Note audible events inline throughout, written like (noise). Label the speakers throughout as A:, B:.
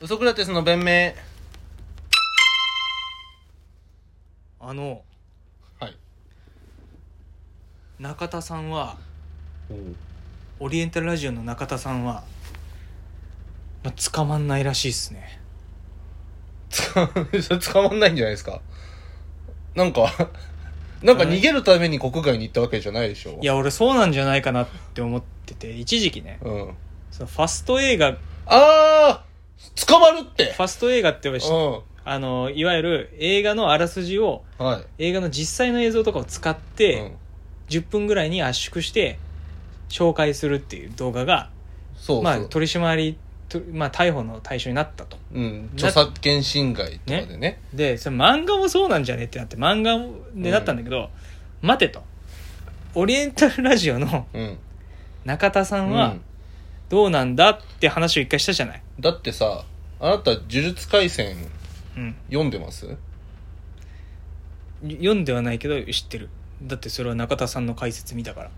A: ウソクラテスの弁明。
B: あの
A: はい。
B: 中田さんは
A: おう
B: オリエンタルラジオの中田さんは、まあ、捕まんないらしいっすね
A: つそれ (laughs) 捕まんないんじゃないですかなんか、 (laughs) なんか逃げるために国外に行ったわけじゃないでしょ
B: い、や俺そうなんじゃないかなって思ってて一時期ね
A: うん。
B: そのファスト映画フ
A: あー捕まるって
B: ァスト映画って言われ
A: う
B: てあのいわゆる映画のあらすじを
A: ん。はい。
B: 映画の実際の映像とかを使っ
A: う
B: て、
A: ん
B: 10分ぐらいに圧縮して紹介するっていう動画が
A: そうそう。
B: まあ、取り締まりと、まあ、逮捕の対象になったと
A: うん。著作権侵害とかでね。
B: でそれ漫画もそうなんじゃねってなって漫画でなったんだけど、待てとオリエンタルラジオの
A: うん。
B: 中田さん
A: う
B: は
A: ん
B: どうなんだって話を一回したじゃない、
A: だってさ、あなた、呪術廻戦
B: うん、
A: 読んでます
B: 読んではないけど知ってるだってそれは中田さんの解説見たから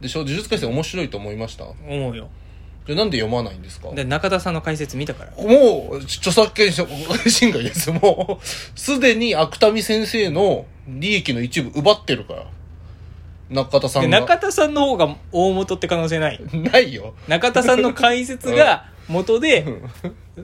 A: でしょ呪術廻戦面白いと思いました
B: 思うよ
A: じゃあなんで読まないんですか
B: で中田さんの解説見たから
A: もう、著作権者侵害です。もう、すでに芥見先生の利益の一部奪ってるから。中田さ
B: で
A: んが。
B: 中田さんの方が大元って可能性ない
A: ないよ。
B: 中田さんの解
A: (laughs)
B: 説が元で、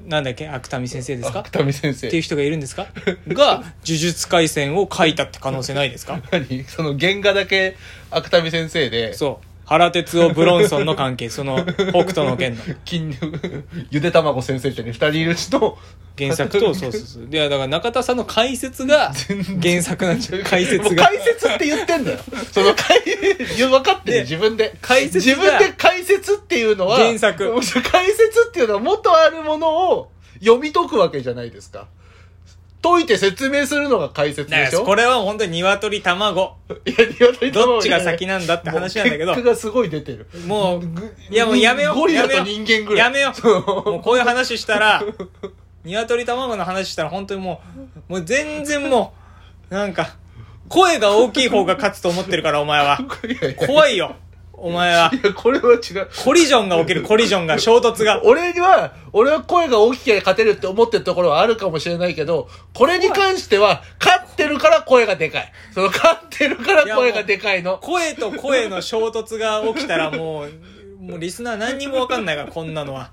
B: なんだっけ芥見先生ですか
A: 芥見先
B: ってい
A: 生。
B: う人がいるんですかが呪術廻戦を書いたって可能性ないですか
A: 何その原画だけ芥見先生で、
B: そう原哲夫ブロンソンの関係その北斗の剣の
A: 金、 (laughs) ゆで卵先生ってね、二人いる人と、
B: 原作とそうそう
A: (laughs)
B: そうでだから中田さんの解説が原作なんじゃ解
A: も
B: 説
A: う
B: が
A: 解説って言ってんだよ。その解、分かってる
B: で
A: 自分で。
B: 解説が
A: 自分で解説っていうのは、
B: 原作
A: もう解説っていうのは元あるものを読み解くわけじゃないですか。解いて説明するのが解説でし
B: だか
A: ょ
B: らこれは本当に鶏卵
A: いや、鶏卵
B: どっちが先なんだって話なんだけど
A: もう結果がすごい出てる。
B: もういやもうやめよう
A: ゴリラと
B: やめ
A: 人間
B: よ
A: ぐ
B: う
A: らい。
B: やめようもうこういう話したら鶏卵の話したら本当にもうもう全然もうなんか声が大きい方が勝つと思ってるからお前は
A: (laughs) う。いやいやい
B: 怖いよお前
A: や、
B: は
A: これは違う。
B: コリジョンが起きるコリジョンが衝突が
A: (laughs) 俺には、俺は声が大きければ勝てるって思ってるところはあるかもしれないけど、これに関しては、勝ってるから声がでかい。その、勝ってるから声がでかいの。
B: 声と声の衝突が起きたらもうもうリスナー何にも分かんないからこんなのは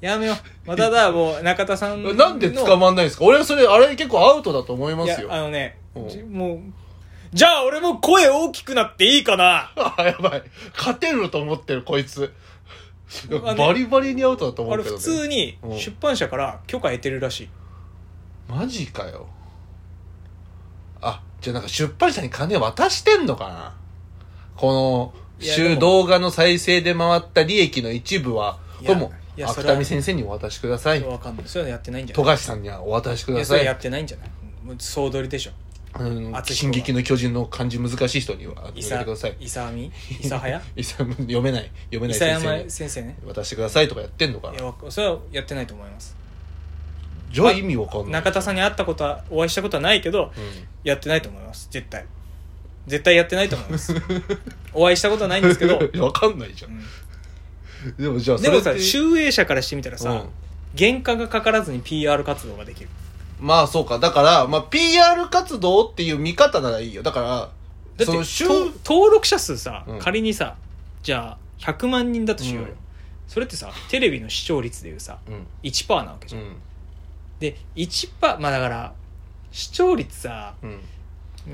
B: やめようまただもう中田さんの
A: なんで捕まんないんですか俺はそれ、あれ結構アウトだと思いま
B: い
A: す
B: や
A: よ。
B: あのね
A: うん
B: じもうじゃあ俺も声大きくなっていいかな
A: (laughs) あ、やばい。勝てると思ってる、こいつ。いや
B: あね
A: バリバリにアウトだと思
B: あ
A: う
B: れ
A: けど、
B: 普
A: ね。
B: 通に
A: うん
B: 出版社から許可得てるらしい
A: マジかよ。あ、じゃあなんか出版社に金渡してんのかなこの、
B: いや
A: 週
B: でも
A: 動画の再生で回った利益の一部は、
B: い
A: これ
B: や
A: も、
B: いうやそれは
A: 芥見先生にお渡しください。
B: 分かんないそういうのやってないんじゃな
A: 富
B: い
A: 樫さんにはお渡しく
B: い
A: だ
B: やそ
A: さ
B: れやっ
A: い。
B: てないんじゃないもう総取りでしょ
A: うん
B: 篤彦は
A: 進撃の巨人の漢字難しい人には
B: 伊
A: あげてください。
B: 佐美伊
A: (laughs)
B: 佐早
A: 伊佐読めない、読め
B: 伊
A: ない
B: 佐
A: 先生
B: 山
A: に
B: 先生ね
A: 渡してくださいとかやってんのか
B: い
A: な
B: やわそれはやってないと思います
A: じゃあ意味わかんない。
B: 中田さんに会ったことはお会いしたことはないけど、
A: う
B: やってないと思います絶対絶対やってないと思います (laughs) お会いしたことはないんですけど、
A: ん。わか (laughs) んないじゃ。
B: うんん
A: でもじゃあそ
B: で
A: れ
B: もさ
A: って
B: 集英社からしてみたらさ、
A: うん
B: 原価がかからずに PR 活動ができる
A: まあそうか。だから、まあ PR 活動っていう見方ならいいよ。だから、
B: だ
A: そ
B: っ
A: の
B: て
A: 週、
B: と登録者数さ、
A: うん
B: 仮にさじゃあ100万人だとしようよ、
A: うん
B: それってさテレビの視聴率でいうさ
A: うん。
B: 1%なわけじ
A: う
B: ゃん、
A: ん。
B: で1%まあだから視聴率さ
A: うん。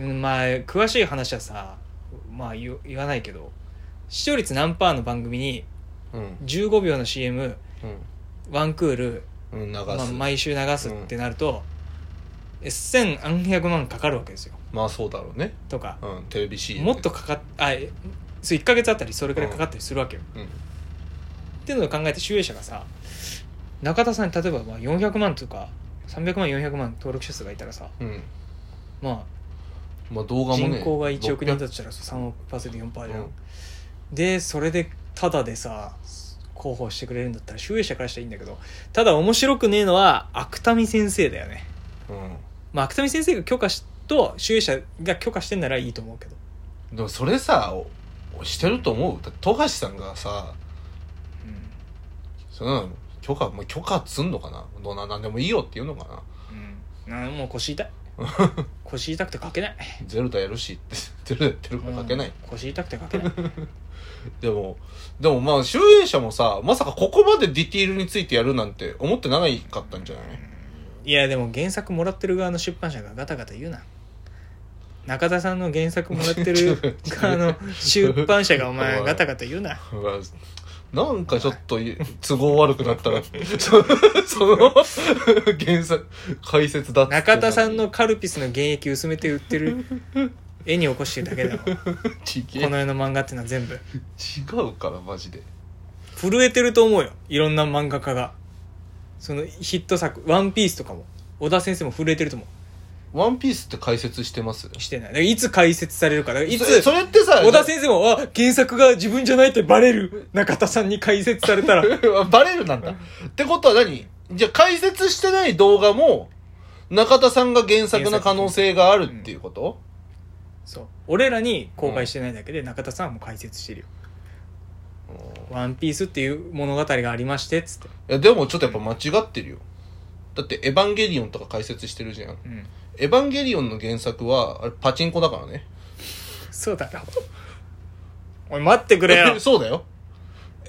B: うんまあ詳しい話はさまあ言言わないけど視聴率何パーの番組に
A: うん。
B: 15秒の CM ワンクール、
A: うん。うん、流す。
B: ま
A: ま
B: あ、
A: あ、
B: 毎週流すってなると、1000何百万かかるわけですよ
A: そうだろうね。
B: とか、
A: うん。テレビ CM。
B: もっと。かかっあえそう1か月あたりそれくらいかかったりするわけよ、
A: うん。
B: っていうのを考えて集英社がさ中田さんに例えばまあ400万とか300万400万登録者数がいたらさ
A: うん。
B: ま
A: まあ動画も
B: あ
A: ね。
B: 人口が1億人だ
A: 600
B: としたらさ3億パーセント4パーじゃん、
A: うん
B: でそれでタダでさ広報してくれるんだったら集英社からしたらいいんだけどただ面白くねえのは芥見先生だよね
A: う
B: まあ芥見先生が許可しと集英社が許可してんならいいと思うけど
A: ん。でもそれさ、おおしてると思うだって富樫さんがさ、
B: うん
A: その、許可、まあ、許可すんのかなどんな、なんでもいいよって言うのかな
B: うんなんもう腰
A: (laughs)
B: 痛い腰痛くて書けない
A: ゼルダやるしって、ゼルダやってるから書けない。
B: うん腰痛くて書けない
A: でも、でもまあ、集英社もさ、まさかここまでディティールについてやるなんて思ってなかったんじゃない
B: いやでも原作もらってる側の出版社がガタガタ言うな中田さんの原作もらってる側の出版社がお前ガタガタ言うな
A: うわなんかちょっとい都合悪くなったら、
B: (laughs)
A: そその原作、解説だっつって
B: 中田さんのカルピスの原液薄めて売ってる絵に起こしてるだけだ
A: (laughs)
B: ろこ
A: ちげえ
B: の世の漫画ってのは全部
A: 違うから、マジで。
B: 震えてると思うよいろんな漫画家がそのヒット作「ワンピースとかも小田先生も震えてると思
A: ワンピースって解説してます
B: うしてないだからいつ解説されるかだからい
A: それ
B: つ
A: それってさ、
B: 小田先生もあ原作が自分じゃないってバレる中田さんに解説されたら
A: (laughs) バレるなんだ。ってことは何じゃあ解説してない動画も、中田さんが原作な可能性があるっていうこと、
B: そう俺らに公開してないだけで中田さんはもう解説してるよ「ワンピースっていう物語がありましてっつって、
A: いやでもちょっとやっぱ間違ってるよ。だって、エヴァンゲリオンとか解説してるじゃん。
B: うん、
A: エヴァンゲリオンの原作は、あれパチンコだからね。
B: そうだろおい待ってくれよ
A: (laughs) そうだよ。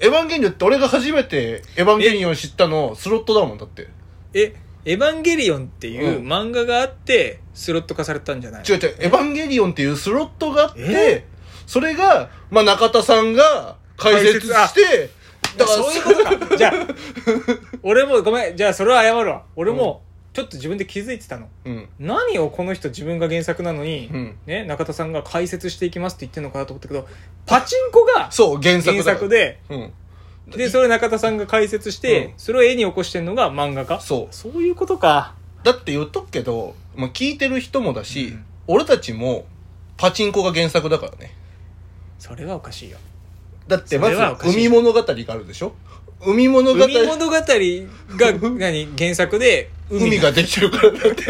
A: エヴァンゲリオンって俺が初めてエヴァンゲリオン知ったの、スロットだもんだって。
B: (laughs) え「エヴァンゲリオン」っていう
A: うん
B: 漫画があってスロット化されたんじゃないの
A: 違う違う、エヴァンゲリオンっていうスロットがあって
B: え、
A: それが、まあ中田さんが解説して、だから、
B: そういうこと (laughs) か。じゃあ、俺もごめん。じゃあ、それは謝るわ。俺も、ちょっと自分で気づいてたの。
A: うん。
B: 何をこの人自分が原作なのに、
A: うん
B: ね、中田さんが解説していきますって言ってるのかなと思ったけど、パチンコが
A: そう、原作
B: 原
A: だ
B: 作。で、
A: うん。
B: で、それ中田さんが解説して、
A: うん
B: それを絵に起こしてるのが漫画家。
A: そう
B: そういうことか。
A: だって言っとくけど、まあ聞いてる人もだし、
B: うん
A: 俺たちも、パチンコが原作だからね。
B: それはおかしいよ。
A: だってまず
B: それはお、かしい
A: 海物語があるでしょ海物語。
B: 海物語が、
A: (laughs)
B: 何、原作で、
A: 海ができる
B: (laughs)
A: からだって。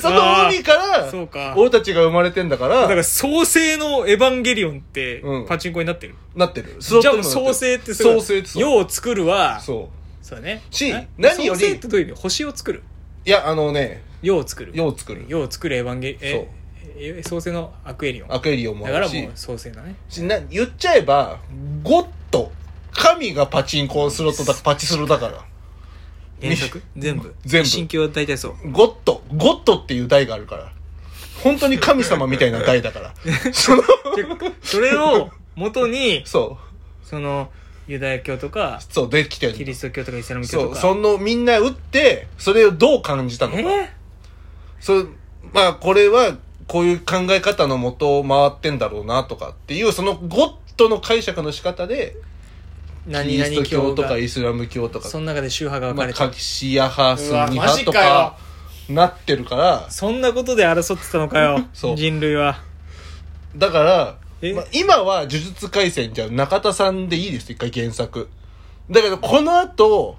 A: その海から、
B: そうか。
A: 俺たちが生まれてんだか、
B: だからら、創世のエヴァンゲリオンって
A: うん、
B: パチンコになってる。
A: なってる。スロッ
B: じゃあ
A: ト
B: も
A: に
B: う
A: もな
B: 創
A: ってる
B: 生ってそう
A: 創生ってそう
B: 世を作るはそう
A: そう。
B: だね
A: し
B: え
A: 何より
B: 創生ってどういう意味星を作る
A: いや、あのね、
B: 世を作る
A: よう作る。
B: 世を作るエヴァンゲええ創世のアクエリオンだ
A: アクエリオンも
B: か
A: あ
B: ら
A: る
B: も
A: し
B: う。創世
A: (laughs)
B: だね
A: しな言っちゃえば、ゴッド。神がパチンコをスロットだ、パチスロだから。
B: 原作全部
A: 全部
B: 神経は大
A: (laughs)
B: 体そう
A: ゴッド。ゴッドっていう台があるから。本当に神様みたいな台だ
B: (laughs)
A: から。その、
B: それを元に
A: そ
B: そのユダヤ教とか
A: う。そう、できて
B: キ
A: る。
B: リスト教とかイスラム
A: そ
B: 教と
A: う、
B: か
A: そのみんな打って、それをどう感じたの
B: え
A: か。
B: ー
A: そう、まあ、これは、こういう考え方のもと回ってんだろうなとかっていう、そのゴッドの解釈の仕方で、キ
B: 何
A: リスト
B: 々
A: 教
B: 教
A: と
B: とか
A: かイスラム教とか
B: その中で宗派が分
A: ま
B: か
A: あ、
B: れて
A: カシア派、スンニ
B: うわマ
A: 派
B: ジ
A: と
B: かよ
A: か、なってるから、
B: そんなことで争ってたのかよ
A: そう
B: 人類は
A: だから、
B: え
A: まあ、今は呪術廻戦じゃ中田さんでいいです、一回原作。だけど、この後、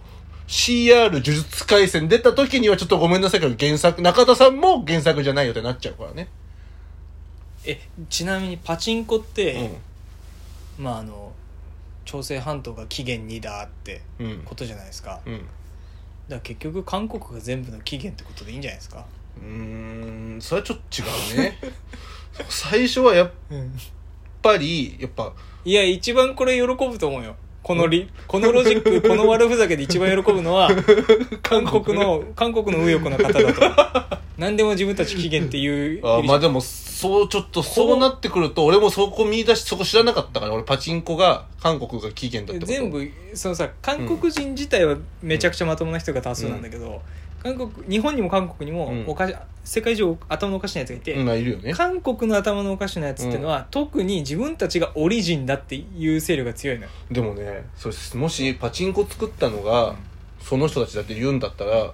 A: CR 呪術廻戦出た時にはちょっとごめんなさいけど原作、中田さんも原作じゃないよってなっちゃうからね。
B: えちなみにパチンコって、
A: う
B: まああの朝鮮半島が期限2だって
A: ん。うん。
B: ことじゃないですか、だか
A: うん。
B: ら結局韓国が全部の期限ってことでいいんじゃないですか、
A: うーん、それはちょっと違うね。 (laughs) 最初はやっぱり、やっぱ、
B: いや一番これ喜ぶと思うよこのリ、このロジック
A: (laughs)
B: この悪ふざけで一番喜ぶのは韓国の韓国の右翼の方だと何でも自分たち期限っていう
A: あーまあでも、そう、ちょっと、そうなってくると、俺もそこ見出し、そこ知らなかったから、俺パチンコが、韓国が起源だってこと。
B: 全。部そのさ韓国人自体はめちゃくちゃまともな人が多数なんだけど、韓国日本にも韓国にも
A: うん
B: おかし、世界中頭のおかしなやつがいて、
A: うん、まあいるよね。
B: 韓国の頭のおかしなやつってのは、特に自分たちがオリジンだっていう勢力が強いのよ
A: でもね、それ、もし、パチンコ作ったのが、その人たちだって言うんだったら、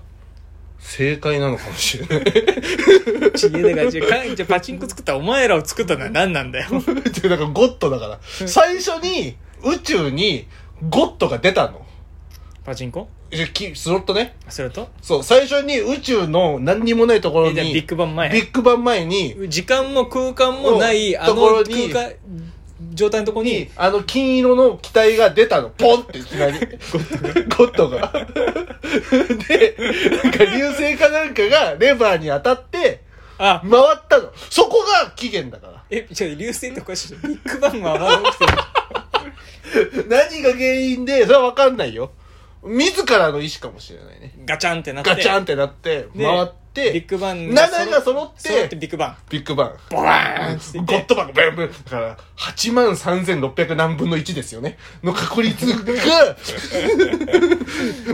A: 正解なのかもしれない。 (laughs)
B: ちげえだからじゃあかじゃあパチンコ作ったお前らを作ったのは何なんだよ
A: っていう、なんか、ゴッドだから。最初に、宇宙に、ゴッドが出たの。
B: パチンコ
A: えきスロットね。
B: それと
A: そう、最初に宇宙の何にもないところ
B: え
A: に、
B: じゃあビッグバン前
A: ビッグバン前に、
B: 時間も空間もない
A: うん
B: あ
A: と
B: の
A: ころ
B: 空
A: に
B: 間状態のとこに
A: に、あの金色の機体が出たの、ポンっていきなり。ゴッドが。で、なんか流星かなんかがレバーに当たって、
B: あ
A: 回ったの。そこが起源だ
B: (laughs)
A: から。
B: えじゃあ流星とかしビッグバンはまだ起きてる
A: 何が原因で、それはわかんないよ。自らの意思かもしれないね。
B: ガチャンってなって
A: ガチャン
B: ン
A: ってなって、
B: で
A: 回って、
B: ビッグバン
A: 7が揃って
B: 揃ってビッグバン
A: ビッグバン。ボラーン (laughs) ゴッドバンがブンブン。だから、8万3600何分の1ですよね。の確率
B: (laughs)
A: が、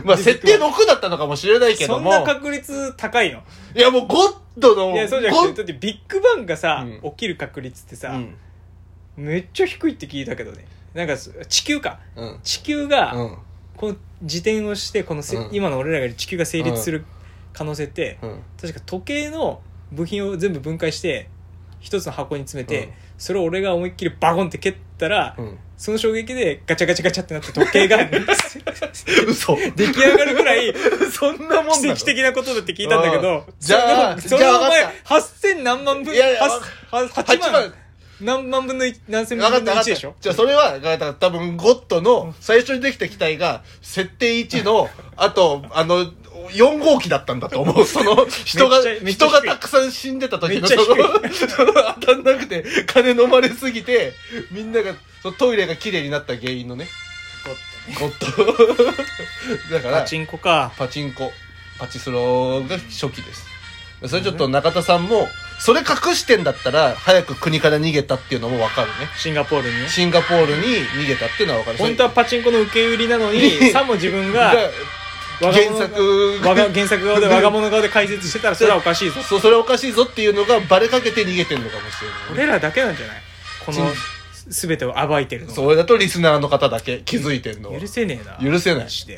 A: まあ、設定6だったのかもしれないけ
B: そ
A: ど
B: ん
A: も。
B: な確率高いの
A: いや、もうゴッドの、
B: いやそうじゃな
A: ゴ
B: くて
A: ッ
B: だってビッグバンがさ、
A: うん
B: 起きる確率ってさ、
A: うん。
B: めっちゃ低いって聞いたけどねなんか地球か
A: うん。
B: 地球が、
A: うん。
B: こう自転をしてこのせ、
A: うん
B: 今の俺らがいる地球が成立する可能性って、
A: うん。
B: 確か時計の部品を全部分解して一つの箱に詰めて、
A: うん
B: それを俺が思いっきりバコンって蹴ったら、
A: うん。
B: その衝撃でガチャガチャガチャってなって時計が (laughs) 出
A: 嘘。
B: 来上がるぐらい
A: (laughs) そんなもんなの
B: 奇跡的なことだって聞いたんだけど
A: あーじゃあ
B: その
A: じゃあ
B: そのお前
A: わか
B: 8000何万分
A: いやいやわ
B: 8
A: 8
B: 万
A: 万。
B: 何万分の一何千
A: 分か
B: 分
A: った
B: の
A: 分か
B: 1
A: った。
B: でしょ
A: じゃあそれは、分かった。多分、ゴッドの最初にできた機体が、設定1の、あと、あの、4号機だったんだと思う。
B: (laughs)
A: その、人が、
B: めっちゃめっちゃ
A: 人がたくさん死んでた時
B: めっ
A: の、
B: ちゃ
A: そ
B: 低い
A: の、その当たんなくて、金飲まれすぎて、みんなが、そのトイレが綺麗になった原因のね、ゴッド。だから、
B: パ
A: パチ
B: チンコか
A: ンコ、パチスロが初期です。それちょっと中田さんも、それ隠してんだったら、早く国から逃げたっていうのもわかるね。
B: シンガポールにね
A: シンガポールに逃げたっていうのは分かる。
B: 本当はパチンコの受け売りなのにさも自分
A: そ
B: が
A: れが
B: 我が物
A: 原作
B: わが原作側で我が物側で解説してたらそれはおかしい
A: (laughs)
B: ぞ
A: そう、それおかしいぞっていうのがバレかけて逃げてんのかもしれない。
B: 俺らだけなんじゃないこの全てを暴いてるの
A: それだとリスナーの方だけ気づいてんのは。
B: 許せねえな
A: 許せない
B: マジで